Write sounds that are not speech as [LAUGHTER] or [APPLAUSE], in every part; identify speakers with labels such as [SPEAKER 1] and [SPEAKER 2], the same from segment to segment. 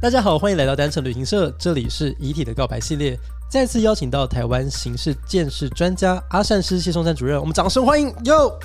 [SPEAKER 1] 大家好，欢迎来到单程旅行社，这里是遗体的告白系列，再次邀请到台湾刑事鉴识专家阿善师谢松山主任，我们掌声欢迎哟。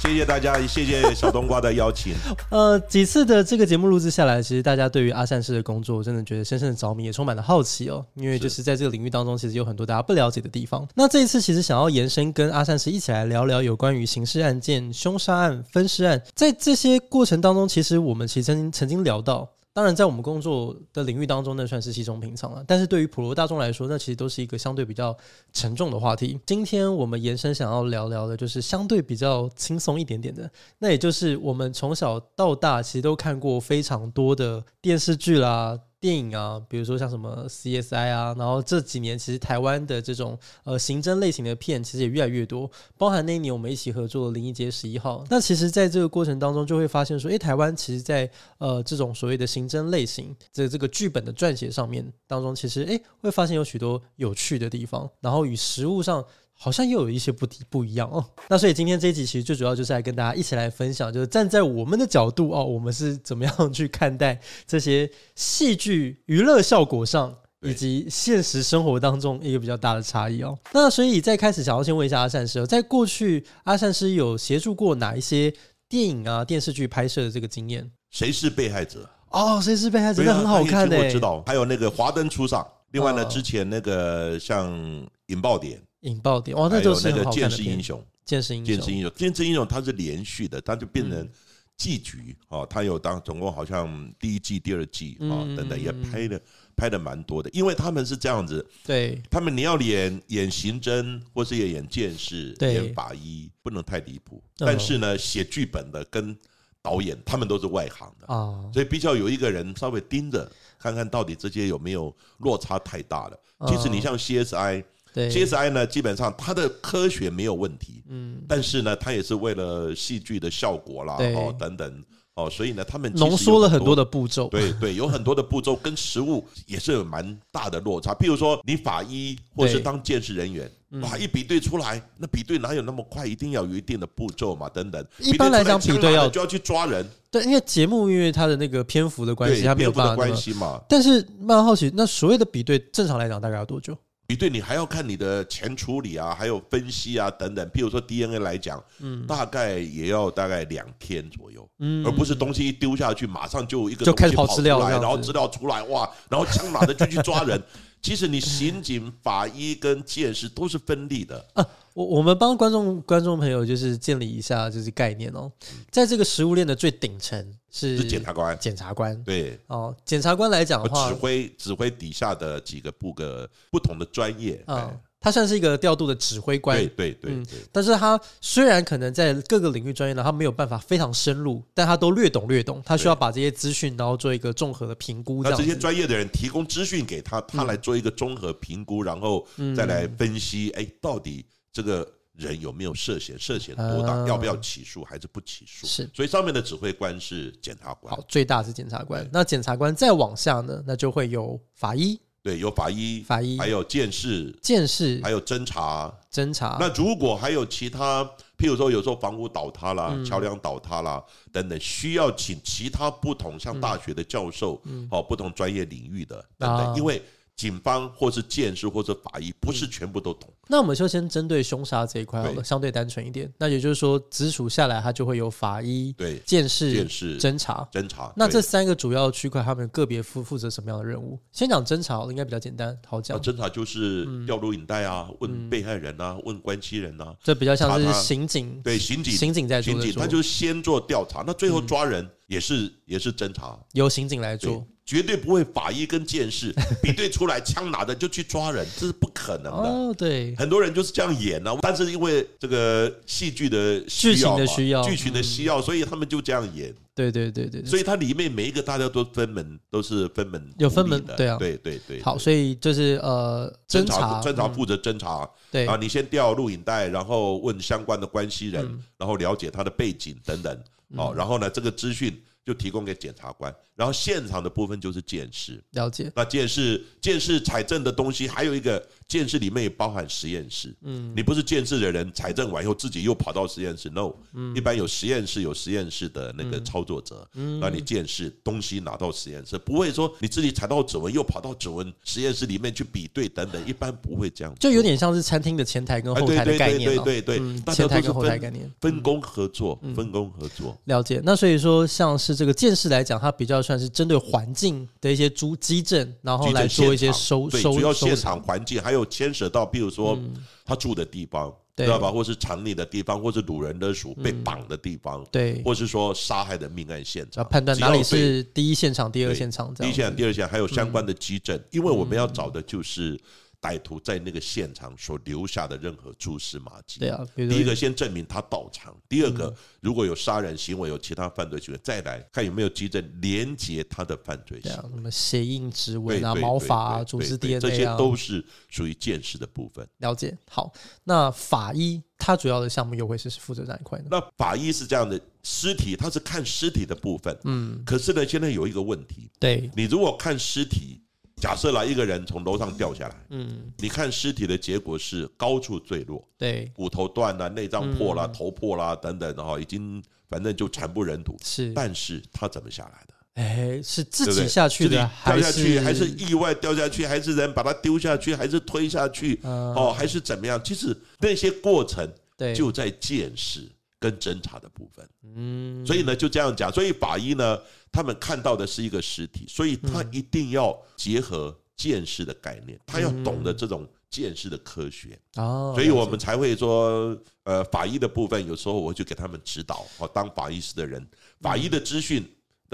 [SPEAKER 2] 谢谢大家，谢谢小冬瓜的
[SPEAKER 1] [LAUGHS]
[SPEAKER 2] 邀请。
[SPEAKER 1] 呃，几次的这个节目录制下来，其实大家对于阿善师的工作真的觉得深深的着迷，也充满了好奇哦。因为就是在这个领域当中，其实有很多大家不了解的地方。那这一次其实想要延伸跟阿善师一起来聊聊有关于刑事案件、凶杀案、分尸案，在这些过程当中，其实我们其实曾经曾经聊到。当然，在我们工作的领域当中，那算是稀松平常了。但是对于普罗大众来说，那其实都是一个相对比较沉重的话题。今天我们延伸想要聊聊的，就是相对比较轻松一点点的，那也就是我们从小到大其实都看过非常多的电视剧啦、电影啊，比如说像什么 CSI 啊，然后这几年其实台湾的这种呃刑侦类型的片其实也越来越多，包含那一年我们一起合作的《灵异街十一号》。那其实在这个过程当中，就会发现说，诶，台湾其实在呃这种所谓的刑侦类型的这个剧本的撰写上面当中，其实诶会发现有许多有趣的地方，然后与实物上。好像又有一些不不一样哦。那所以今天这一集其实最主要就是来跟大家一起来分享，就是站在我们的角度哦，我们是怎么样去看待这些戏剧娱乐效果上。以及现实生活当中一个比较大的差异哦。那所以在开始，想要先问一下阿善师哦，在过去阿善师有协助过哪一些电影啊、电视剧拍摄的这个经验？
[SPEAKER 2] 谁是被害者？
[SPEAKER 1] 哦，《谁是被害者》真的很好看欸
[SPEAKER 2] 对
[SPEAKER 1] 的、
[SPEAKER 2] 啊我知道。还有那个《华灯初上》，另外呢，
[SPEAKER 1] 嗯
[SPEAKER 2] 之前那个像《引爆点
[SPEAKER 1] 引爆点哦哇，》，那
[SPEAKER 2] 还
[SPEAKER 1] 都
[SPEAKER 2] 有
[SPEAKER 1] 是
[SPEAKER 2] 那
[SPEAKER 1] 很
[SPEAKER 2] 个
[SPEAKER 1] 好
[SPEAKER 2] 《
[SPEAKER 1] 看
[SPEAKER 2] 剑
[SPEAKER 1] 的
[SPEAKER 2] 士
[SPEAKER 1] 片
[SPEAKER 2] 英雄》，
[SPEAKER 1] 剑士英
[SPEAKER 2] 《
[SPEAKER 1] 雄嗯
[SPEAKER 2] 剑》士英雄》，《剑士英雄》它是连续的，它就变成季局哦，它有当总共好像第一季、第二季啊
[SPEAKER 1] 嗯
[SPEAKER 2] 等等，也拍的拍的蛮多的，因为他们是这样子，
[SPEAKER 1] 对，
[SPEAKER 2] 他们你要演演刑侦，或是演演剑士、
[SPEAKER 1] 对
[SPEAKER 2] 演法医，不能太离谱。
[SPEAKER 1] 嗯
[SPEAKER 2] 但是呢，写剧本的跟导演他们都是外行的，
[SPEAKER 1] 啊，
[SPEAKER 2] 所以必须要有一个人稍微盯着，看看到底这些有没有落差太大了。其实你像 CSI，CSI
[SPEAKER 1] 嗯啊对，
[SPEAKER 2] 呢，基本上它的科学没有问题，
[SPEAKER 1] 嗯，
[SPEAKER 2] 但是呢，它也是为了戏剧的效果啦，
[SPEAKER 1] 对
[SPEAKER 2] 哦等等哦，所以呢，他们其实有
[SPEAKER 1] 浓缩了很
[SPEAKER 2] 多
[SPEAKER 1] 多的步骤，
[SPEAKER 2] [LAUGHS] 对对，有很多的步骤跟实物也是有蛮大的落差。譬如说，你法医或是
[SPEAKER 1] 对嗯
[SPEAKER 2] 当鉴识人员，哇，一比对出来，那比对哪有那么快？一定要有一定的步骤嘛，等等。
[SPEAKER 1] 一般来讲
[SPEAKER 2] 出枪
[SPEAKER 1] 比对
[SPEAKER 2] 拿了
[SPEAKER 1] 要
[SPEAKER 2] 就要去抓人，
[SPEAKER 1] 对，因为节目因为它的那个篇幅的关系，
[SPEAKER 2] 对
[SPEAKER 1] 它没有
[SPEAKER 2] 蝙
[SPEAKER 1] 办法那
[SPEAKER 2] 蝠的关
[SPEAKER 1] 么。
[SPEAKER 2] 系嘛。
[SPEAKER 1] 但是蛮好奇，那所谓的比对，正常来讲大概要多久？
[SPEAKER 2] 比对你还要看你的前处理啊，还有分析啊等等。譬如说 DNA 来讲，
[SPEAKER 1] 嗯
[SPEAKER 2] 大概也要大概两天左右，而不是东西一丢下去马上就一个
[SPEAKER 1] 就开始
[SPEAKER 2] 东西
[SPEAKER 1] 跑资料
[SPEAKER 2] 出来，
[SPEAKER 1] 这样子
[SPEAKER 2] 然后资料出来哇，然后枪拿着就去抓
[SPEAKER 1] [LAUGHS]
[SPEAKER 2] 人。其实你刑警、法医跟鉴识都是分立的，
[SPEAKER 1] 啊我我们帮观众观众朋友就是建立一下就是概念哦，在这个食物链的最顶层是
[SPEAKER 2] 嗯是检察官
[SPEAKER 1] 检察官
[SPEAKER 2] 对。
[SPEAKER 1] 哦，检察官来讲的话
[SPEAKER 2] 指，挥指挥底下的几个部个不同的专业，哎
[SPEAKER 1] 啊，他算是一个调度的指挥官
[SPEAKER 2] 哎，对，对对
[SPEAKER 1] 嗯
[SPEAKER 2] 对，
[SPEAKER 1] 但是他虽然可能在各个领域专业呢，他没有办法非常深入，但他都略懂略懂，他需要把这些资讯然后做一个综合的评估，这
[SPEAKER 2] 那
[SPEAKER 1] 样
[SPEAKER 2] 这些
[SPEAKER 1] 子
[SPEAKER 2] 专业的人提供资讯给
[SPEAKER 1] 嗯
[SPEAKER 2] 他，他来做一个综合评估，然后再来分析，
[SPEAKER 1] 嗯
[SPEAKER 2] 哎，到底这个人有没有涉嫌，涉嫌多大，
[SPEAKER 1] 啊
[SPEAKER 2] 要不要起诉，还是不起诉？
[SPEAKER 1] 是
[SPEAKER 2] 所以上面的指挥官是检察官
[SPEAKER 1] 好，，最大是检察官，那检察官再往下呢，那就会有法医、
[SPEAKER 2] 对，有法医，
[SPEAKER 1] 法医
[SPEAKER 2] 还有鉴识，
[SPEAKER 1] 见识、
[SPEAKER 2] 还有侦查。
[SPEAKER 1] 侦查，
[SPEAKER 2] 那如果还有其他，譬如说有时候房屋倒塌啦、
[SPEAKER 1] 嗯
[SPEAKER 2] 桥梁倒塌啦等等，需要请其他不同像大学的教授，哦，不同专业领域的等
[SPEAKER 1] 嗯啊
[SPEAKER 2] 等，因为。警方或是鉴识或者法医，不是全部都懂。
[SPEAKER 1] 那我们就先针对凶杀这一块好了，
[SPEAKER 2] 对
[SPEAKER 1] 相对单纯一点。那也就是说，直属下来，它就会有法医、
[SPEAKER 2] 对，
[SPEAKER 1] 鉴
[SPEAKER 2] 鉴
[SPEAKER 1] 识、
[SPEAKER 2] 识、
[SPEAKER 1] 侦查。
[SPEAKER 2] 侦查。
[SPEAKER 1] 那
[SPEAKER 2] 对
[SPEAKER 1] 这三个主要区块，他们个别负负责什么样的任务？先讲侦查好了，应该比较简单，好
[SPEAKER 2] 啊
[SPEAKER 1] 讲。
[SPEAKER 2] 侦查就是
[SPEAKER 1] 嗯
[SPEAKER 2] 调录影带啊，问被害人啊，问关系人啊，
[SPEAKER 1] 这比较像是
[SPEAKER 2] 查他
[SPEAKER 1] 刑警，
[SPEAKER 2] 对，刑警。
[SPEAKER 1] 刑警在做
[SPEAKER 2] 刑
[SPEAKER 1] 的
[SPEAKER 2] 警，
[SPEAKER 1] 做
[SPEAKER 2] 他，就是先做调查，那最
[SPEAKER 1] 嗯
[SPEAKER 2] 后抓人也是也是侦查，
[SPEAKER 1] 由刑警来
[SPEAKER 2] 对
[SPEAKER 1] 做。，
[SPEAKER 2] 绝对不会法医跟
[SPEAKER 1] [LAUGHS]
[SPEAKER 2] 剑士比对出来，枪拿着就去抓人，这是不可能的。
[SPEAKER 1] 哦，对，
[SPEAKER 2] 很多人就是这样演啊，但是因为这个戏剧的需要嘛
[SPEAKER 1] 剧情的需要嗯
[SPEAKER 2] 剧情的需要，所以他们就这样演，
[SPEAKER 1] 对对对对对。
[SPEAKER 2] 所以它里面每一个大家都分门都是分门
[SPEAKER 1] 有分
[SPEAKER 2] 独立
[SPEAKER 1] 门
[SPEAKER 2] 的，
[SPEAKER 1] 对啊
[SPEAKER 2] 对对对。
[SPEAKER 1] 好，所以就是呃，侦查，
[SPEAKER 2] 侦查
[SPEAKER 1] 嗯
[SPEAKER 2] 负责侦查，
[SPEAKER 1] 对
[SPEAKER 2] 啊，你先调录影带，然后问相关的关系人，
[SPEAKER 1] 嗯
[SPEAKER 2] 然后了解他的背景等等，哦，然后呢，这个资讯就提供给检察官，然后现场的部分就是鉴识，
[SPEAKER 1] 了解。
[SPEAKER 2] 那鉴识鉴识采证的东西，还有一个鉴识里面也包含实验室，嗯，你不是鉴识的人，采证完以后自己又跑到实验室，no，一般有实验室有实验室的那个
[SPEAKER 1] 嗯
[SPEAKER 2] 操操作者，让你见识东西拿到实验室，不会说你自己踩到指纹又跑到指纹实验室里面去比对等等，一般不会这样。
[SPEAKER 1] 就有点像是餐厅的前台跟
[SPEAKER 2] 哎，
[SPEAKER 1] 后
[SPEAKER 2] 对
[SPEAKER 1] 台的
[SPEAKER 2] 对
[SPEAKER 1] 概
[SPEAKER 2] 对
[SPEAKER 1] 念
[SPEAKER 2] 对
[SPEAKER 1] 了。
[SPEAKER 2] 对对，
[SPEAKER 1] 嗯，
[SPEAKER 2] 大家
[SPEAKER 1] 前台
[SPEAKER 2] 都是
[SPEAKER 1] 跟后台概
[SPEAKER 2] 分
[SPEAKER 1] 念
[SPEAKER 2] 分工合作，
[SPEAKER 1] 嗯
[SPEAKER 2] 分工合作。
[SPEAKER 1] 了解。那所以说，像是这个见识来讲，它比较算是针对环境的一些主基证，然后
[SPEAKER 2] 急诊
[SPEAKER 1] 来做一些
[SPEAKER 2] 现场
[SPEAKER 1] 收
[SPEAKER 2] 对，
[SPEAKER 1] 收
[SPEAKER 2] 主要
[SPEAKER 1] 收嗯
[SPEAKER 2] 现场环境，还有牵涉到，比如说他住的地方，
[SPEAKER 1] 对嗯
[SPEAKER 2] 知道吧？或是藏匿的地方，或是掳人勒赎、被绑的地方，
[SPEAKER 1] 对，
[SPEAKER 2] 或是说杀害的命案现
[SPEAKER 1] 要
[SPEAKER 2] 场，
[SPEAKER 1] 判断
[SPEAKER 2] 只
[SPEAKER 1] 哪
[SPEAKER 2] 要
[SPEAKER 1] 里
[SPEAKER 2] 对
[SPEAKER 1] 是第一现场、第二
[SPEAKER 2] 对
[SPEAKER 1] 现场这
[SPEAKER 2] 第一
[SPEAKER 1] 样。嗯
[SPEAKER 2] 现场、第二现场，还有相关的基证，因为我们要找的就是歹徒在那个现场所留下的任何蛛丝马迹。
[SPEAKER 1] 对嗯啊，比如
[SPEAKER 2] 第一
[SPEAKER 1] 说
[SPEAKER 2] 个先证明他到场，第二个如果有杀人行为、有其他犯罪行为，再来看有没有基证连接他的犯罪
[SPEAKER 1] 对
[SPEAKER 2] 行
[SPEAKER 1] 啊
[SPEAKER 2] 为。，
[SPEAKER 1] 什么鞋印、指
[SPEAKER 2] 对
[SPEAKER 1] 纹啊、
[SPEAKER 2] 对
[SPEAKER 1] 毛
[SPEAKER 2] 对
[SPEAKER 1] 发啊、
[SPEAKER 2] 对
[SPEAKER 1] 组
[SPEAKER 2] 对
[SPEAKER 1] 织
[SPEAKER 2] 对
[SPEAKER 1] DNA 啊，
[SPEAKER 2] 这些都是属于见识的部分。
[SPEAKER 1] 了解。好，那法医它主要的项目又会是负责哪一块呢？
[SPEAKER 2] 那法医是这样的，尸体他是看尸体的部分，嗯，可是呢，现在有一个问题，
[SPEAKER 1] 对，
[SPEAKER 2] 你如果看尸体，假设来一个人从楼上掉下来，
[SPEAKER 1] 嗯，
[SPEAKER 2] 你看尸体的结果是高处坠落，
[SPEAKER 1] 对，
[SPEAKER 2] 骨头断了、内脏破
[SPEAKER 1] 嗯
[SPEAKER 2] 了、头破了啊等等的哈，已经反正就惨不忍睹。
[SPEAKER 1] 是，
[SPEAKER 2] 但是他怎么下来的？
[SPEAKER 1] 哎，是
[SPEAKER 2] 对
[SPEAKER 1] 自
[SPEAKER 2] 不对
[SPEAKER 1] 己下去
[SPEAKER 2] 自己
[SPEAKER 1] 的，
[SPEAKER 2] 掉
[SPEAKER 1] 还
[SPEAKER 2] 下去还是
[SPEAKER 1] 是
[SPEAKER 2] 意外掉下去，还是人把他丢下去，还是推下去？
[SPEAKER 1] 嗯
[SPEAKER 2] 哦，还是怎么样？其实那些过程
[SPEAKER 1] 对，
[SPEAKER 2] 就在见识跟侦查的部分。
[SPEAKER 1] 嗯，
[SPEAKER 2] 所以呢，就这样讲。所以法医呢，他们看到的是一个尸体，所以他
[SPEAKER 1] 嗯
[SPEAKER 2] 一定要结合见识的概念，他要
[SPEAKER 1] 嗯
[SPEAKER 2] 懂得这种见识的科学。
[SPEAKER 1] 哦，
[SPEAKER 2] 所以我
[SPEAKER 1] 了解
[SPEAKER 2] 们才会说，呃，法医的部分有时候我就给他们指导哦，当法医师的人，法医的资讯。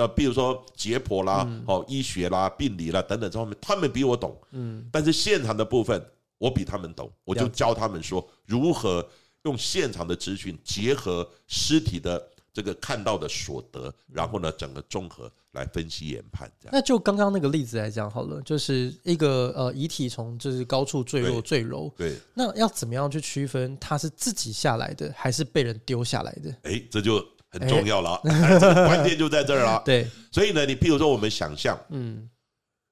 [SPEAKER 2] 那比如说解剖啦、
[SPEAKER 1] 嗯
[SPEAKER 2] 哦医学啦、病理啦等等这方面，他们比我懂，嗯，但是现场的部分我比他们懂，我就
[SPEAKER 1] 了解
[SPEAKER 2] 教他们说如何用现场的资讯结合尸体的这个看到的所得，然后呢整个综合来分析研判这样。
[SPEAKER 1] 那就刚刚那个例子来讲好了，就是一个呃遗体从就是高处坠落
[SPEAKER 2] 对
[SPEAKER 1] 坠楼，
[SPEAKER 2] 对，
[SPEAKER 1] 那要怎么样去区分它是自己下来的还是被人丢下来的？
[SPEAKER 2] 哎，这就很重
[SPEAKER 1] [LAUGHS]
[SPEAKER 2] 要了，哎这个关键就在这儿了。
[SPEAKER 1] 对，
[SPEAKER 2] 所以呢，你譬如说我们想象。
[SPEAKER 1] 嗯，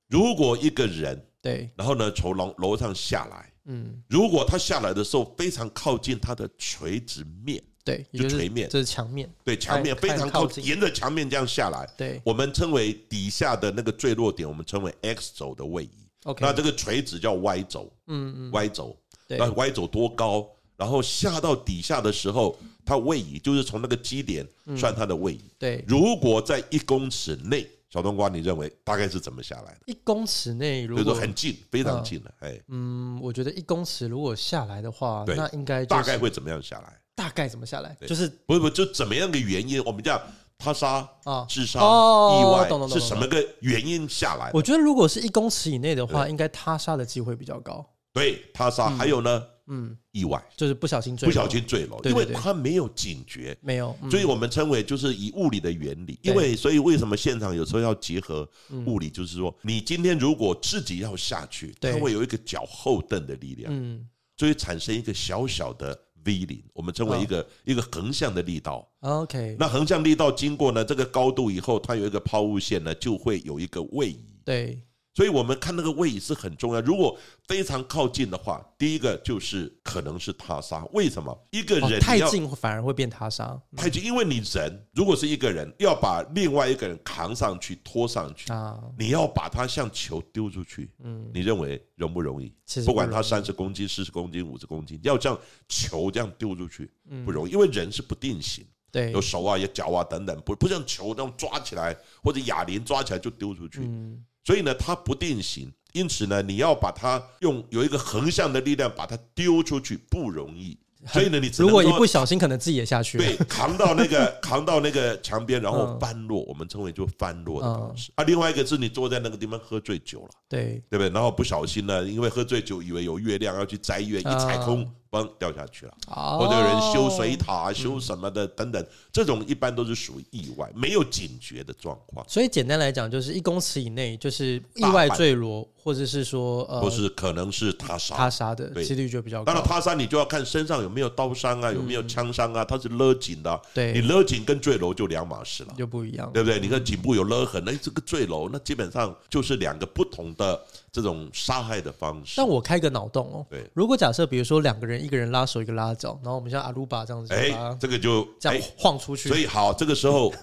[SPEAKER 2] 如果一个人，
[SPEAKER 1] 对，
[SPEAKER 2] 然后呢从楼楼上下来，
[SPEAKER 1] 嗯，
[SPEAKER 2] 如果他下来的时候非常靠近他的垂直面，
[SPEAKER 1] 对，也
[SPEAKER 2] 就是垂面
[SPEAKER 1] 这是墙面，
[SPEAKER 2] 对墙面
[SPEAKER 1] 太
[SPEAKER 2] 非常靠
[SPEAKER 1] 哎太靠近
[SPEAKER 2] 沿着墙面这样下来，
[SPEAKER 1] 对
[SPEAKER 2] 我们称为底下的那个坠落点，我们称为 x 轴的位移。
[SPEAKER 1] ，OK，
[SPEAKER 2] 那这个垂直叫 y 轴，嗯嗯，y 轴，
[SPEAKER 1] 对
[SPEAKER 2] 那 y 轴多高？然后下到底下的时候，它位移就是从那个基点
[SPEAKER 1] 嗯
[SPEAKER 2] 算它的位移。
[SPEAKER 1] 对，
[SPEAKER 2] 如果在一公尺内，小冬瓜，你认为大概是怎么下来的？
[SPEAKER 1] 一公尺内
[SPEAKER 2] 就是
[SPEAKER 1] 如
[SPEAKER 2] 说
[SPEAKER 1] 果
[SPEAKER 2] 很近，非常近了，哎，
[SPEAKER 1] 嗯，我觉得一公尺如果下来的话，
[SPEAKER 2] 对
[SPEAKER 1] 那应该就
[SPEAKER 2] 大
[SPEAKER 1] 是
[SPEAKER 2] 概会怎么样下来？
[SPEAKER 1] 大概怎么下来？
[SPEAKER 2] 对
[SPEAKER 1] 就是
[SPEAKER 2] 不是不是，就怎么样个原因？我们讲他杀、
[SPEAKER 1] 啊，
[SPEAKER 2] 自杀、
[SPEAKER 1] 哦
[SPEAKER 2] 意外
[SPEAKER 1] 懂懂懂
[SPEAKER 2] 是什么个原因下来？
[SPEAKER 1] 我觉得如果是一公尺以内的话，应该他杀的机会比较高，
[SPEAKER 2] 对，他杀，还有呢，
[SPEAKER 1] 嗯，
[SPEAKER 2] 意外，
[SPEAKER 1] 就是不小心坠
[SPEAKER 2] 不
[SPEAKER 1] 楼，
[SPEAKER 2] 小心坠楼，
[SPEAKER 1] 对
[SPEAKER 2] 因
[SPEAKER 1] 对
[SPEAKER 2] 为
[SPEAKER 1] 对
[SPEAKER 2] 他没有警觉，
[SPEAKER 1] 没有，嗯
[SPEAKER 2] 所以我们称为就是以物理的原理。
[SPEAKER 1] 对
[SPEAKER 2] 因为所以为什么现场有时候要结合
[SPEAKER 1] 嗯
[SPEAKER 2] 物理，就是说你今天如果自己要下去，它
[SPEAKER 1] 对
[SPEAKER 2] 会有一个脚后蹬的力量，
[SPEAKER 1] 嗯，
[SPEAKER 2] 所以产生一个小小的 V 零，我们称为一个一个横向的力道。
[SPEAKER 1] OK，
[SPEAKER 2] 那横向力道经过呢这个高度以后，它有一个抛物线呢，就会有一个位移。
[SPEAKER 1] 对，
[SPEAKER 2] 所以我们看那个位移是很重要。如果非常靠近的话，第一个就是可能是他杀。为什么？一个
[SPEAKER 1] 哦
[SPEAKER 2] 人
[SPEAKER 1] 太
[SPEAKER 2] 你要
[SPEAKER 1] 近反而会变他杀嗯
[SPEAKER 2] 太近，因为你人如果是一个人要把另外一个人扛上去、拖上去，
[SPEAKER 1] 啊，
[SPEAKER 2] 你要把他像球丢出去，
[SPEAKER 1] 嗯，
[SPEAKER 2] 你认为容不容易？
[SPEAKER 1] 其实
[SPEAKER 2] 不管他
[SPEAKER 1] 容易
[SPEAKER 2] 三十公斤、四十公斤、五十公斤，要这样球这样丢出去
[SPEAKER 1] 嗯
[SPEAKER 2] 不容易，因为人是不定型。
[SPEAKER 1] 对
[SPEAKER 2] 有，手啊、有脚啊等等，不不像球那种抓起来或者哑铃抓起来就丢出去，
[SPEAKER 1] 嗯，
[SPEAKER 2] 所以呢，它不定型。因此呢，你要把它用有一个横向的力量把它丢出去不容易，所以呢，你只
[SPEAKER 1] 如
[SPEAKER 2] 能
[SPEAKER 1] 果一
[SPEAKER 2] 说
[SPEAKER 1] 不小心，可能自己也下去了。啊
[SPEAKER 2] 对扛到那个扛到那个墙边，然后
[SPEAKER 1] 嗯
[SPEAKER 2] 翻落，我们称为就翻落的方式。啊，另外一个是你坐在那个地方喝醉酒了，
[SPEAKER 1] 对
[SPEAKER 2] 对不对？然后不小心呢，因为喝醉酒以为有月亮要去摘月，一
[SPEAKER 1] 嗯
[SPEAKER 2] 踩空，嘣掉下去了。
[SPEAKER 1] 啊
[SPEAKER 2] 或者有人修水，
[SPEAKER 1] 哦嗯
[SPEAKER 2] 塔、修什么的等等，这种一般都是属于意外，没有警觉的状况。
[SPEAKER 1] 所以简单来讲，就是一公尺以内，就是意外坠落或者是说呃
[SPEAKER 2] 或是可能是他杀。
[SPEAKER 1] 他哦杀的
[SPEAKER 2] 对
[SPEAKER 1] 几率就比较
[SPEAKER 2] 当
[SPEAKER 1] 高
[SPEAKER 2] 然，。他杀你就要看身上有没有刀伤啊，有没有枪伤啊，他是勒紧的啊，你
[SPEAKER 1] 嗯对，哦
[SPEAKER 2] 勒紧跟坠楼就两码事了。
[SPEAKER 1] 就不一样。
[SPEAKER 2] 对不对？你看颈部有勒痕，那这个坠楼，那基本上就是两个不同的这种杀害的方式
[SPEAKER 1] 但。我开个脑洞哦，
[SPEAKER 2] 对，
[SPEAKER 1] 如果假设比如说两个人，一个人拉手，一个拉脚，然后我们像阿鲁巴这样子，
[SPEAKER 2] 哎
[SPEAKER 1] 把它，
[SPEAKER 2] 这个就
[SPEAKER 1] 这
[SPEAKER 2] 哎
[SPEAKER 1] 样，晃出去，
[SPEAKER 2] 所以好，这个时
[SPEAKER 1] [LAUGHS]
[SPEAKER 2] 候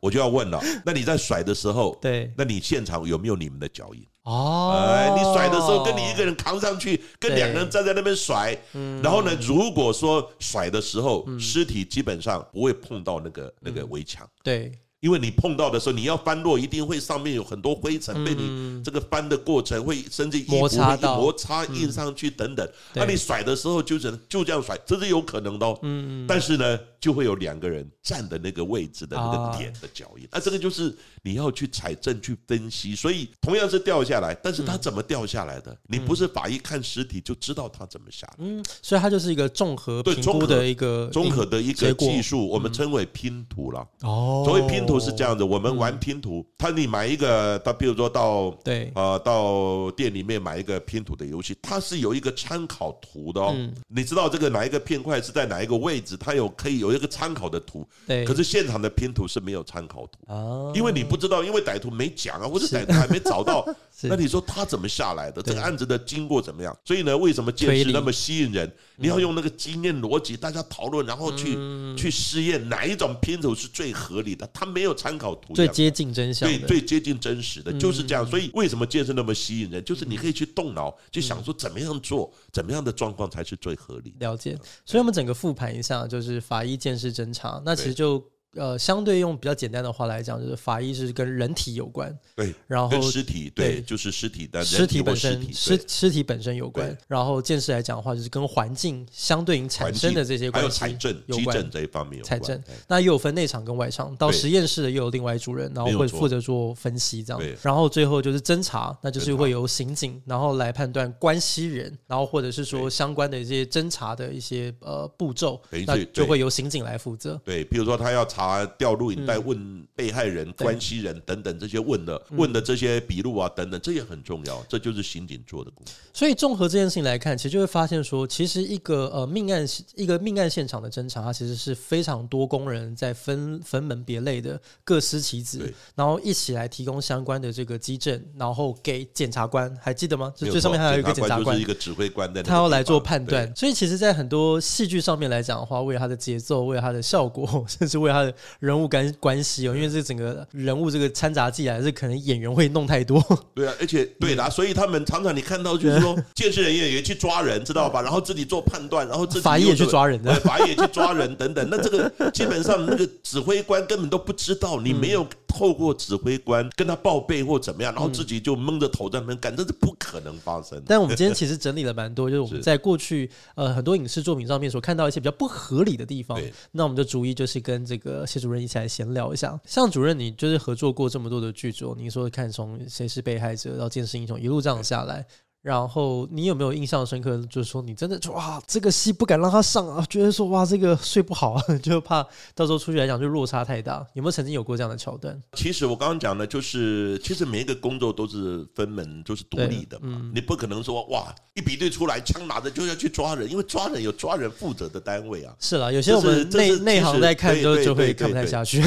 [SPEAKER 2] 我就要问了，那你在甩的时候，
[SPEAKER 1] 对
[SPEAKER 2] 那你现场有没有你们的脚印？
[SPEAKER 1] 哦，
[SPEAKER 2] 哎，你甩的时候跟你一个人扛上去，跟
[SPEAKER 1] 对
[SPEAKER 2] 两个人站在那边甩，然后呢，如果说甩的时候，尸体基本上不会碰到那个那个围墙。
[SPEAKER 1] 对
[SPEAKER 2] 因为你碰到的时候，你要翻落，一定会上面有很多灰尘被你这个翻的过程会甚至衣服
[SPEAKER 1] 嗯摩擦
[SPEAKER 2] 会
[SPEAKER 1] 到嗯
[SPEAKER 2] 摩擦印上去等等。
[SPEAKER 1] 对
[SPEAKER 2] 那你甩的时候就只能就这样甩，这是有可能的哦。
[SPEAKER 1] 嗯
[SPEAKER 2] 但是呢，就会有两个人站的那个位置的那
[SPEAKER 1] 啊
[SPEAKER 2] 个点的脚印，那这个就是你要去采证去分析。所以同样是掉下来，但是他怎么掉下来的？你不是法医看尸体就知道他怎么下来。
[SPEAKER 1] 嗯，所以它就是一个综合
[SPEAKER 2] 对
[SPEAKER 1] 评
[SPEAKER 2] 综
[SPEAKER 1] 估
[SPEAKER 2] 合
[SPEAKER 1] 的一个
[SPEAKER 2] 综合的一
[SPEAKER 1] 嗯结
[SPEAKER 2] 个
[SPEAKER 1] 果嗯
[SPEAKER 2] 技术，我们称为拼图了。
[SPEAKER 1] 哦，嗯
[SPEAKER 2] 所谓拼图是这，样子，我们玩拼图，他你买一个，他比如说到
[SPEAKER 1] 对，
[SPEAKER 2] 呃到店里面买一个拼图的游戏，它是有一个参考图的哦，
[SPEAKER 1] 嗯
[SPEAKER 2] 你知道这个哪一个片块是在哪一个位置，它有可以有一个参考的图，
[SPEAKER 1] 对，
[SPEAKER 2] 可是现场的拼图是没有参考图。
[SPEAKER 1] 啊，
[SPEAKER 2] 因为你不知道，因为歹徒没讲啊，或者歹徒还没找到，
[SPEAKER 1] [LAUGHS] 是
[SPEAKER 2] 那你说他怎么下来的？
[SPEAKER 1] 对
[SPEAKER 2] 这个案子的经过怎么样？所以呢，为什么见
[SPEAKER 1] 推
[SPEAKER 2] 识
[SPEAKER 1] 理
[SPEAKER 2] 那么吸引人？你要用那个经验逻辑，大家讨论，然后去
[SPEAKER 1] 嗯
[SPEAKER 2] 去试验哪一种拼图是最合理的。他没有参考图
[SPEAKER 1] 最
[SPEAKER 2] 样。
[SPEAKER 1] 接近真相
[SPEAKER 2] 对，
[SPEAKER 1] 的，嗯
[SPEAKER 2] 最接近真实的就是这样。所以为什么健身那么吸引人？就是你可以去动
[SPEAKER 1] 嗯
[SPEAKER 2] 脑，去想说怎么样做，怎么样的状况才是最合理的。
[SPEAKER 1] 了解。所以我们整个复盘一下，就是法医鉴识侦查，那其实
[SPEAKER 2] 嗯对
[SPEAKER 1] 就呃，相对用比较简单的话来讲，就是法医是跟人体有关，
[SPEAKER 2] 对，
[SPEAKER 1] 然后
[SPEAKER 2] 跟尸体对，
[SPEAKER 1] 对
[SPEAKER 2] 就是尸体的人
[SPEAKER 1] 尸体
[SPEAKER 2] 或
[SPEAKER 1] 本
[SPEAKER 2] 尸
[SPEAKER 1] 身
[SPEAKER 2] 体
[SPEAKER 1] 尸
[SPEAKER 2] 对
[SPEAKER 1] 尸体本身有关
[SPEAKER 2] 对，
[SPEAKER 1] 然后鉴识来讲的话，就是跟环境相对应产
[SPEAKER 2] 环
[SPEAKER 1] 生
[SPEAKER 2] 境
[SPEAKER 1] 的这些
[SPEAKER 2] 还有
[SPEAKER 1] 关
[SPEAKER 2] 财
[SPEAKER 1] 系
[SPEAKER 2] 政、
[SPEAKER 1] 有
[SPEAKER 2] 基
[SPEAKER 1] 关
[SPEAKER 2] 政。这一方面有
[SPEAKER 1] 财
[SPEAKER 2] 关
[SPEAKER 1] 政
[SPEAKER 2] 对
[SPEAKER 1] 那又有分内场跟外场，到
[SPEAKER 2] 对
[SPEAKER 1] 实验室的又有另外一组人，然后
[SPEAKER 2] 没有
[SPEAKER 1] 会
[SPEAKER 2] 错
[SPEAKER 1] 负责做分析这样
[SPEAKER 2] 对。
[SPEAKER 1] 然后最后就是侦查，那就是
[SPEAKER 2] 侦查
[SPEAKER 1] 会由刑警然后来判断关系人，然后或者是说
[SPEAKER 2] 对
[SPEAKER 1] 相关的一些侦查的一些呃步骤
[SPEAKER 2] 等于，是
[SPEAKER 1] 那就
[SPEAKER 2] 对
[SPEAKER 1] 会由刑警来负责。
[SPEAKER 2] 对，比如说他要查调录影带、
[SPEAKER 1] 嗯
[SPEAKER 2] 问被害人、关系人等等这些问的、问的这些笔录啊等等，这也很重要，这就是刑警做的工作。
[SPEAKER 1] 所以综合这件事情来看，其实就会发现说，其实一个呃命案一个命案现场的侦查，它其实是非常多工人在分分门别类的各司其职
[SPEAKER 2] 对，
[SPEAKER 1] 然后一起来提供相关的这个基证，然后给检察官，还记得吗？
[SPEAKER 2] 没
[SPEAKER 1] 就
[SPEAKER 2] 有
[SPEAKER 1] 最上面
[SPEAKER 2] 错
[SPEAKER 1] 还有一个检
[SPEAKER 2] 检
[SPEAKER 1] 察
[SPEAKER 2] 官，就
[SPEAKER 1] 官
[SPEAKER 2] 是一。个指挥官在那个地
[SPEAKER 1] 他
[SPEAKER 2] 方，
[SPEAKER 1] 要来做判
[SPEAKER 2] 对
[SPEAKER 1] 断，所以其实，在很多戏剧上面来讲的话，为了他的节奏，为了他的效果， [LAUGHS] 甚至为了他的人物关关系哦，因为这整个人物这个掺杂进来，是可能演员会弄太多，
[SPEAKER 2] 对啊，而且
[SPEAKER 1] 嗯
[SPEAKER 2] 对啦，所以他们常常你看到就
[SPEAKER 1] [LAUGHS]
[SPEAKER 2] 是说，建设人员也去抓人，知道吧？然后自己做判断，然后自己
[SPEAKER 1] 法医也
[SPEAKER 2] 又
[SPEAKER 1] 去
[SPEAKER 2] 做
[SPEAKER 1] 抓人
[SPEAKER 2] 对
[SPEAKER 1] 的，
[SPEAKER 2] 法医也去抓人等等。那这个基本上那个指挥官根本都不知道，
[SPEAKER 1] 嗯
[SPEAKER 2] 你没有透过指挥官跟他报备或怎么样，然后
[SPEAKER 1] 嗯
[SPEAKER 2] 自己就蒙着头在那边干，这是不可能发生的。
[SPEAKER 1] 但我们今天其实整理了
[SPEAKER 2] [LAUGHS]
[SPEAKER 1] 蛮多，就是我们
[SPEAKER 2] 是
[SPEAKER 1] 在过去呃很多影视作品上面所看到一些比较不合理的地方
[SPEAKER 2] 对，
[SPEAKER 1] 那我们就逐一就是跟这个谢主任一起来闲聊一下。像主任，你就是合作过这么多的剧组，你说看从谁是被害者到剑士英雄一路这样下来。然后你有没有印象深刻？就是说你真的就哇，这个戏不敢让他上啊，觉得说哇，这个睡不好啊， [LAUGHS] 就怕到时候出去来讲就落差太大。有没有曾经有过这样的桥段？
[SPEAKER 2] 其实我刚刚讲的就是，其实每一个工作都是分门，就是独立的嘛。你不可能说哇，一比对出来，枪拿着就要去抓人，因为抓人有抓人负责的单位啊。
[SPEAKER 1] 是啦，有些
[SPEAKER 2] 这
[SPEAKER 1] 我们
[SPEAKER 2] 是这
[SPEAKER 1] 内
[SPEAKER 2] 是
[SPEAKER 1] 内
[SPEAKER 2] 其
[SPEAKER 1] 行
[SPEAKER 2] 实
[SPEAKER 1] 在看
[SPEAKER 2] 对
[SPEAKER 1] 就
[SPEAKER 2] 对
[SPEAKER 1] 就会
[SPEAKER 2] 对
[SPEAKER 1] 看不
[SPEAKER 2] 对
[SPEAKER 1] 太
[SPEAKER 2] 对
[SPEAKER 1] 下
[SPEAKER 2] [LAUGHS]
[SPEAKER 1] 去。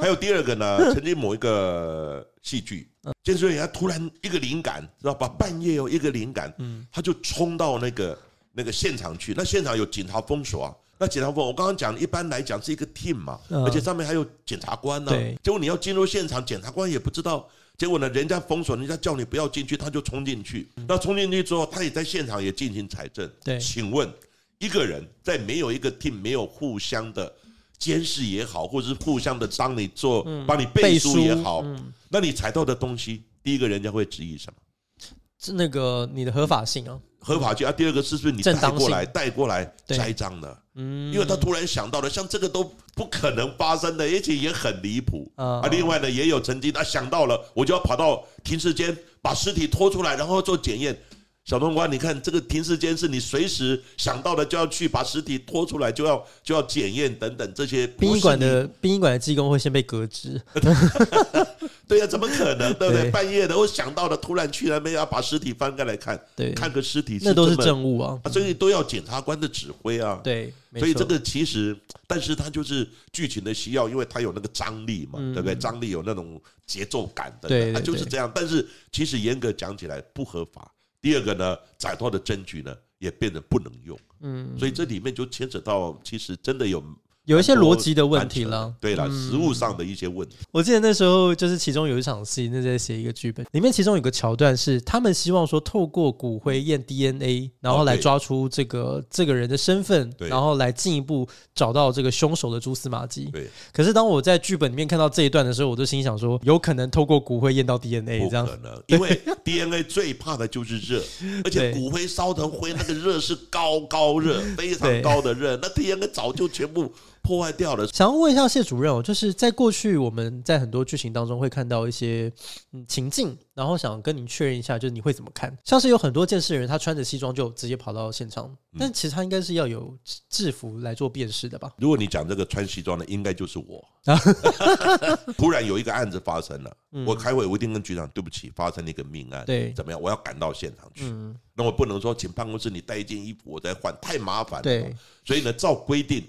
[SPEAKER 2] 还有第二个
[SPEAKER 1] [LAUGHS]
[SPEAKER 2] 呢，曾经某一个戏剧，建设员他突然一个灵感，知道吧？半夜有一个灵感，
[SPEAKER 1] 嗯
[SPEAKER 2] 他就冲到那个那个现场去。那现场有警察封锁啊，那警察封，我刚刚讲，一般来讲是一个 team 嘛，
[SPEAKER 1] 嗯
[SPEAKER 2] 而且上面还有检察官呢、
[SPEAKER 1] 对
[SPEAKER 2] 结果你要进入现场，检察官也不知道。结果呢，人家封锁，人家叫你不要进去，他就冲进去。
[SPEAKER 1] 嗯
[SPEAKER 2] 那冲进去之后，他也在现场也进行采证。
[SPEAKER 1] 对
[SPEAKER 2] 请问一个人在没有一个 team 没有互相的监视也好，或者是互相的帮你做、
[SPEAKER 1] 嗯
[SPEAKER 2] 帮你背书也好，那你采到的东西，第一个人家会质疑什么？
[SPEAKER 1] 是那个你的合法性啊，
[SPEAKER 2] 合法性啊，第二个是不是你带
[SPEAKER 1] 正当性
[SPEAKER 2] 过来带过来
[SPEAKER 1] 对
[SPEAKER 2] 栽赃的？嗯，因为他突然想到了，像这个都不可能发生的，而且也很离谱
[SPEAKER 1] 啊
[SPEAKER 2] 啊。另外呢，也有曾经他想到了，我就要跑到停尸间把尸体拖出来，然后做检验。小冬瓜，你看这个停尸间是你随时想到的就要去把尸体拖出来，就要就要检验等等这些不是
[SPEAKER 1] 殡仪馆
[SPEAKER 2] 你
[SPEAKER 1] 的殡仪馆的技工会先被革职，
[SPEAKER 2] 对呀、怎么可能？对不对？
[SPEAKER 1] 对
[SPEAKER 2] 半夜的，我想到了，突然去那边要把尸体翻开来看，
[SPEAKER 1] 对，
[SPEAKER 2] 看个尸体
[SPEAKER 1] 那都是
[SPEAKER 2] 这么
[SPEAKER 1] 政务啊，
[SPEAKER 2] 啊，所以都要检察官的指挥啊。
[SPEAKER 1] 对，没
[SPEAKER 2] 所以这
[SPEAKER 1] 错
[SPEAKER 2] 个其实，但是它就是剧情的需要，因为它有那个张力嘛，
[SPEAKER 1] 嗯
[SPEAKER 2] 对不对？张力有那种节奏感的，
[SPEAKER 1] 对对
[SPEAKER 2] 它就是
[SPEAKER 1] 对
[SPEAKER 2] 这样。但是其实严格讲起来不合法。第二个呢，找到的证据呢也变得不能用，
[SPEAKER 1] 嗯，
[SPEAKER 2] 所以这里面就牵扯到其实真的有
[SPEAKER 1] 有一些
[SPEAKER 2] 很多
[SPEAKER 1] 逻辑的问题
[SPEAKER 2] 蛮扯
[SPEAKER 1] 了嗯
[SPEAKER 2] 的。对了，实物上的一些
[SPEAKER 1] [LAUGHS]
[SPEAKER 2] 问题。
[SPEAKER 1] 我记得那时候就是其中有一场戏，那在写一个剧本，里面其中有个桥段是他们希望说透过骨灰验 DNA，然后
[SPEAKER 2] 哦
[SPEAKER 1] 来
[SPEAKER 2] 对
[SPEAKER 1] 抓出这个这个人的身份，
[SPEAKER 2] 对
[SPEAKER 1] 然后来进一步找到这个凶手的蛛丝马迹。
[SPEAKER 2] 对，
[SPEAKER 1] 可是当我在剧本里面看到这一段的时候，我就心想说，有可能透过骨灰验到 DNA
[SPEAKER 2] 不
[SPEAKER 1] 这样。
[SPEAKER 2] 可能，因为 DNA 最怕的就
[SPEAKER 1] [LAUGHS]
[SPEAKER 2] 是热，而
[SPEAKER 1] 对
[SPEAKER 2] 且骨灰烧成灰，那个热是高高热，非
[SPEAKER 1] [LAUGHS] 对
[SPEAKER 2] 常高的热，那 DNA 早就全部破坏掉了。
[SPEAKER 1] 想要问一下谢主任哦，就是在过去我们在很多剧情当中会看到一些嗯情境，然后想跟您确认一下，就是你会怎么看？像是有很多见识人，他穿着西装就直接跑到现场，
[SPEAKER 2] 嗯
[SPEAKER 1] 但其实他应该是要有制制服来做辨识的吧？
[SPEAKER 2] 如果你讲这个穿西装的，应该就
[SPEAKER 1] [LAUGHS]
[SPEAKER 2] 是我。突然有一个案子发生了，我开会我一定跟局长对不起，发生了一个命案，
[SPEAKER 1] 嗯对
[SPEAKER 2] 怎么样？我要赶到现场去，
[SPEAKER 1] 嗯，
[SPEAKER 2] 那我不能说请办公室你带一件衣服我再换，太麻烦了。
[SPEAKER 1] 对，
[SPEAKER 2] 所以呢，照规定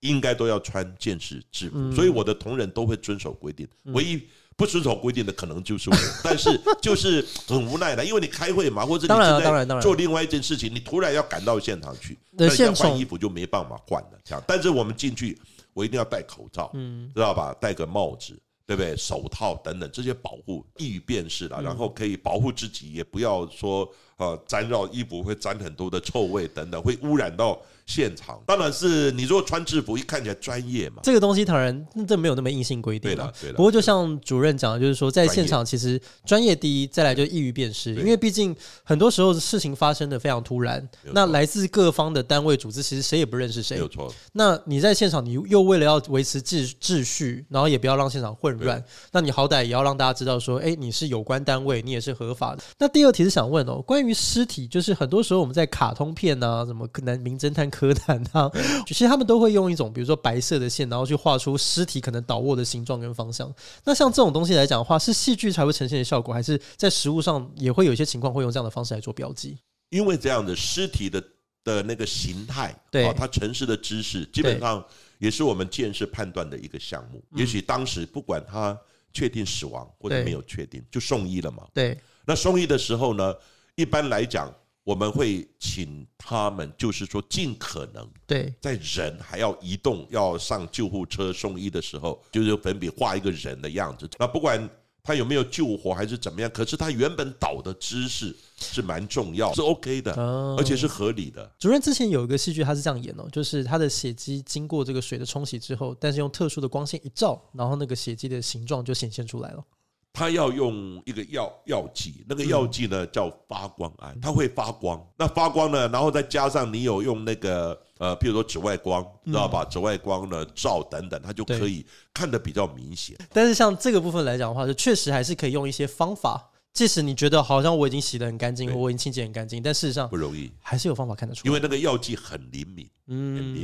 [SPEAKER 2] 应该都要穿见识制服，
[SPEAKER 1] 嗯
[SPEAKER 2] 所以我的同仁都会遵守规定，唯一。不遵守规定的可能就是我，但是 [LAUGHS] 就是很无奈的，因为你开会嘛，或者你
[SPEAKER 1] 当然啊
[SPEAKER 2] 正
[SPEAKER 1] 当然当
[SPEAKER 2] 在
[SPEAKER 1] 然
[SPEAKER 2] 做另外一件事情，你突然要赶到现场去，
[SPEAKER 1] 那
[SPEAKER 2] 那你要
[SPEAKER 1] 现场
[SPEAKER 2] 换衣服就没办法换了。这样，但是我们进去，我一定要戴口罩，
[SPEAKER 1] 嗯
[SPEAKER 2] 知道吧？戴个帽子，对不对？手套等等这些保护，易于辨识了。然后可以保护自己，也不要说呃沾到衣服会沾很多的臭味等等，会污染到现场。当然是你如果穿制服，一看起来专业嘛，
[SPEAKER 1] 这个东西当然嗯这没有那么硬性规定
[SPEAKER 2] 对
[SPEAKER 1] 啦
[SPEAKER 2] 啦对啦
[SPEAKER 1] 不过就像主任讲的，就是说在
[SPEAKER 2] 专业
[SPEAKER 1] 现场其实专业第一，再来就易于辨识，
[SPEAKER 2] 对
[SPEAKER 1] 因为毕竟很多时候事情发生的非常突然，
[SPEAKER 2] 没有错
[SPEAKER 1] 那来自各方的单位组织其实谁也不认识
[SPEAKER 2] 没
[SPEAKER 1] 谁
[SPEAKER 2] 有，错。
[SPEAKER 1] 那你在现场，你又为了要维持秩秩序，然后也不要让现场混乱，那你好歹也要让大家知道说，哎，你是有关单位，你也是合法的。那第二题是想问哦，关于尸体，就是很多时候我们在卡通片啊，什么南名侦探柯南啊，其实他们都会用一种比如说白色的线，然后去画出尸体可能倒卧的形状跟方向。那像这种东西来讲的话，是戏剧才会呈现的效果，还是在实物上也会有一些情况会用这样的方式来做标记？
[SPEAKER 2] 因为这样的尸体的的那个形态，
[SPEAKER 1] 对
[SPEAKER 2] 哦，它城市的知识，基本上也是我们见识判断的一个项目。也许当时不管他确定死亡或者
[SPEAKER 1] 对
[SPEAKER 2] 没有确定，就送医了嘛。
[SPEAKER 1] 对，
[SPEAKER 2] 那送医的时候呢，一般来讲，我们会请他们，就是说尽可能
[SPEAKER 1] 对，
[SPEAKER 2] 在人还要移动、要上救护车送医的时候，就是粉笔画一个人的样子。那不管他有没有救活还是怎么样，可是他原本倒的姿势是蛮重要，是 OK 的，
[SPEAKER 1] 哦
[SPEAKER 2] 而且是合理的。
[SPEAKER 1] 主任之前有一个戏剧，他是这样演哦，就是他的血迹经过这个水的冲洗之后，但是用特殊的光线一照，然后那个血迹的形状就显现出来了。
[SPEAKER 2] 他要用一个药药剂，那个药剂呢叫发光胺，
[SPEAKER 1] 嗯
[SPEAKER 2] 它会发光。那发光呢，然后再加上你有用那个呃，譬如说紫外光，知道
[SPEAKER 1] 嗯
[SPEAKER 2] 吧？紫外光呢照等等，它就
[SPEAKER 1] 对
[SPEAKER 2] 可以看得比较明显。
[SPEAKER 1] 但是像这个部分来讲的话，就确实还是可以用一些方法，即使你觉得好像我已经洗得很干净，
[SPEAKER 2] 对
[SPEAKER 1] 或我已经清洁很干净，但事实上
[SPEAKER 2] 不容易，
[SPEAKER 1] 还是有方法看得出来。
[SPEAKER 2] 因为那个药剂很灵敏，很灵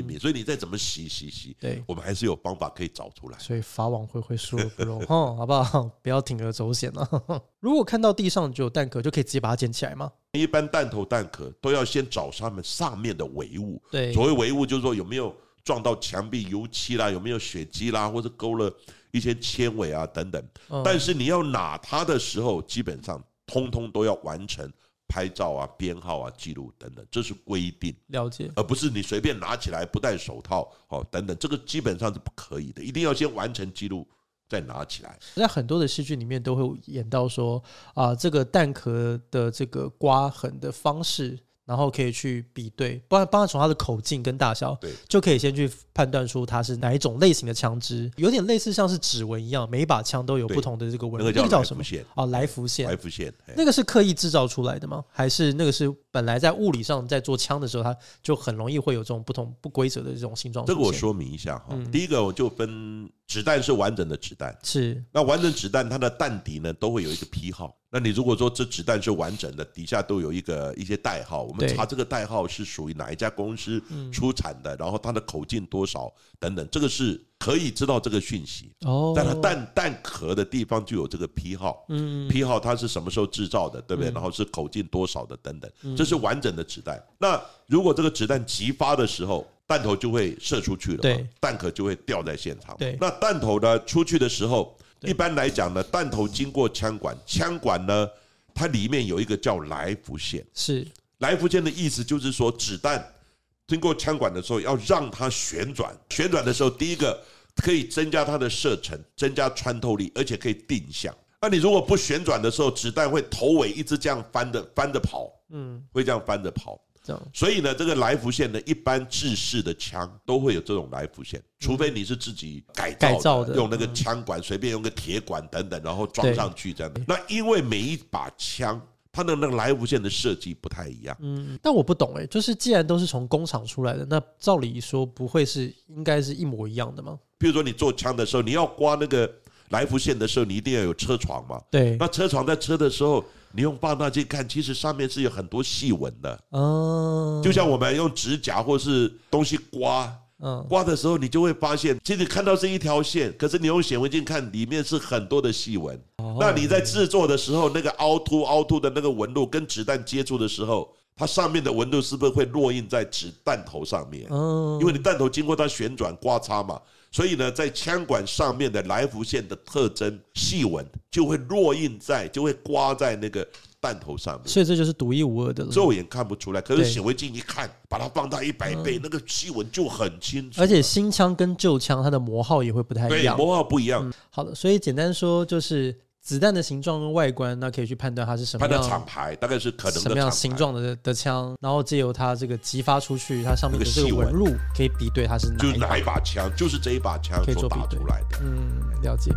[SPEAKER 1] 嗯，
[SPEAKER 2] 敏，所以你再怎么洗洗洗，
[SPEAKER 1] 对，
[SPEAKER 2] 我们还是有方法可以找出来。
[SPEAKER 1] 所以法网恢恢，疏而不
[SPEAKER 2] [LAUGHS]
[SPEAKER 1] 漏，哈，好不好？ [LAUGHS] 不要铤而走险啊！ [LAUGHS] 如果看到地上就有蛋壳，就可以直接把它捡起来吗？
[SPEAKER 2] 一般弹头弹壳都要先找他们上面的唯物，
[SPEAKER 1] 对，
[SPEAKER 2] 所谓唯物就是说有没有撞到墙壁、油漆啦，有没有血迹啦，或者勾了一些纤维啊等等。
[SPEAKER 1] 嗯
[SPEAKER 2] 但是你要拿它的时候，基本上通通都要完成拍照啊、编号啊、记录等等，这是规定。
[SPEAKER 1] 了解，
[SPEAKER 2] 而不是你随便拿起来不戴手套哦等等，这个基本上是不可以的，一定要先完成记录再拿起来。
[SPEAKER 1] 在很多的戏剧里面都会演到说啊、这个蛋壳的这个刮痕的方式，然后可以去比对，帮帮他从它的口径跟大小，
[SPEAKER 2] 对，
[SPEAKER 1] 就可以先去判断出它是哪一种类型的枪支，有点类似像是指纹一样，每一把枪都有
[SPEAKER 2] 对
[SPEAKER 1] 不同的这个纹
[SPEAKER 2] 那
[SPEAKER 1] 路，
[SPEAKER 2] 个
[SPEAKER 1] 那
[SPEAKER 2] 叫
[SPEAKER 1] 个叫
[SPEAKER 2] 来
[SPEAKER 1] 什
[SPEAKER 2] 福
[SPEAKER 1] 么？
[SPEAKER 2] 线，
[SPEAKER 1] 哦，来福线
[SPEAKER 2] 来。福线。哎
[SPEAKER 1] 那个是刻意制造出来的吗？还是那个是本来在物理上在做枪的时候，它就很容易会有这种不同不规则的这种形状出
[SPEAKER 2] 这
[SPEAKER 1] 现？
[SPEAKER 2] 个我说明一下哈
[SPEAKER 1] 嗯，
[SPEAKER 2] 第一个我就分子弹是完整的子弹，
[SPEAKER 1] 是
[SPEAKER 2] 那完整子弹它的弹底呢都会有一个批号。那你如果说这子弹是完整的，底下都有一个一些代号，我们
[SPEAKER 1] 对嗯
[SPEAKER 2] 查这个代号是属于哪一家公司出产的，然后它的口径多少等等，这个是可以知道这个讯息。
[SPEAKER 1] 哦，
[SPEAKER 2] 但它弹弹壳的地方就有这个批号，
[SPEAKER 1] 嗯
[SPEAKER 2] 批号它是什么时候制造的，对不对？然后是口径多少的等等，
[SPEAKER 1] 嗯
[SPEAKER 2] 这是完整的子弹。那如果这个子弹急发的时候，弹头就会射出去了嘛
[SPEAKER 1] 对，
[SPEAKER 2] 弹壳就会掉在现场
[SPEAKER 1] 对。
[SPEAKER 2] 那弹头呢出去的时候，一般来讲呢，弹头经过枪管，枪管呢它里面有一个叫来福线，
[SPEAKER 1] 是
[SPEAKER 2] 来福线的意思就是说子弹。经过枪管的时候，要让它旋转。旋转的时候，第一个可以增加它的射程，增加穿透力，而且可以定向。那你如果不旋转的时候，子弹会头尾一直这样翻着翻着跑，
[SPEAKER 1] 嗯
[SPEAKER 2] 会这样翻着跑。
[SPEAKER 1] 这样
[SPEAKER 2] 所以呢，这个来福线呢，一般制式的枪都会有这种来福线，除非你是自己改造
[SPEAKER 1] 改造的
[SPEAKER 2] 用那个枪管随便用个铁管等等，然后装上去这样的。那因为每一把枪。它的那个来福线的设计不太一样，
[SPEAKER 1] 嗯，但我不懂哎、就是既然都是从工厂出来的，那照理说不会是应该是一模一样的吗？
[SPEAKER 2] 比如说你做枪的时候，你要刮那个来福线的时候，你一定要有车床嘛。
[SPEAKER 1] 对，
[SPEAKER 2] 那车床在车的时候，你用放大镜看，其实上面是有很多细纹的，
[SPEAKER 1] 嗯，
[SPEAKER 2] 就像我们用指甲或是东西刮，
[SPEAKER 1] 嗯
[SPEAKER 2] 刮的时候，你就会发现，其实看到是一条线，可是你用显微镜看，里面是很多的细纹。
[SPEAKER 1] 哦
[SPEAKER 2] 那你在制作的时候，那个凹凸凹凸的那个纹路跟子弹接触的时候，它上面的纹路是不是会落印在子弹头上面？
[SPEAKER 1] 嗯，
[SPEAKER 2] 因为你弹头经过它旋转刮擦嘛，所以呢，在枪管上面的来福线的特征细纹就会落印在，就会刮在那个弹头上面。
[SPEAKER 1] 所以这就是独一无二的了。
[SPEAKER 2] 肉眼看不出来，可是
[SPEAKER 1] 对
[SPEAKER 2] 显微镜一看，把它放大一百倍，那个细纹就很清楚。
[SPEAKER 1] 而且新枪跟旧枪它的磨耗也会不太一
[SPEAKER 2] 对，
[SPEAKER 1] 样。
[SPEAKER 2] 模号不一样，
[SPEAKER 1] 好的，所以简单说就是子弹的形状跟外观，那可以去判断它是什么
[SPEAKER 2] 判断
[SPEAKER 1] 样
[SPEAKER 2] 厂牌大概是可能
[SPEAKER 1] 什
[SPEAKER 2] 的
[SPEAKER 1] 么样
[SPEAKER 2] 厂
[SPEAKER 1] 形
[SPEAKER 2] 牌，
[SPEAKER 1] 状的的枪，然后借由它这个激发出去，它上面的
[SPEAKER 2] 那个
[SPEAKER 1] 这个
[SPEAKER 2] 细
[SPEAKER 1] 纹
[SPEAKER 2] 纹
[SPEAKER 1] 路可以比对它是
[SPEAKER 2] 就
[SPEAKER 1] 哪
[SPEAKER 2] 是
[SPEAKER 1] 一
[SPEAKER 2] 哪
[SPEAKER 1] 把
[SPEAKER 2] 一。把枪，就是这一把枪
[SPEAKER 1] 可以做
[SPEAKER 2] 所
[SPEAKER 1] 比
[SPEAKER 2] 打
[SPEAKER 1] 对
[SPEAKER 2] 出来的。
[SPEAKER 1] 嗯，了解。